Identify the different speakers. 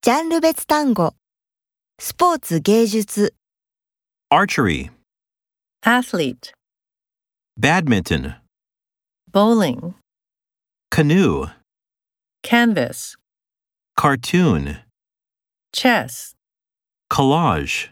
Speaker 1: ジャンル別単語。スポーツ芸術、
Speaker 2: Archery,
Speaker 3: athlete,
Speaker 2: badminton,
Speaker 3: bowling,
Speaker 2: canoe,
Speaker 3: canvas,
Speaker 2: cartoon,
Speaker 3: chess.
Speaker 2: collage.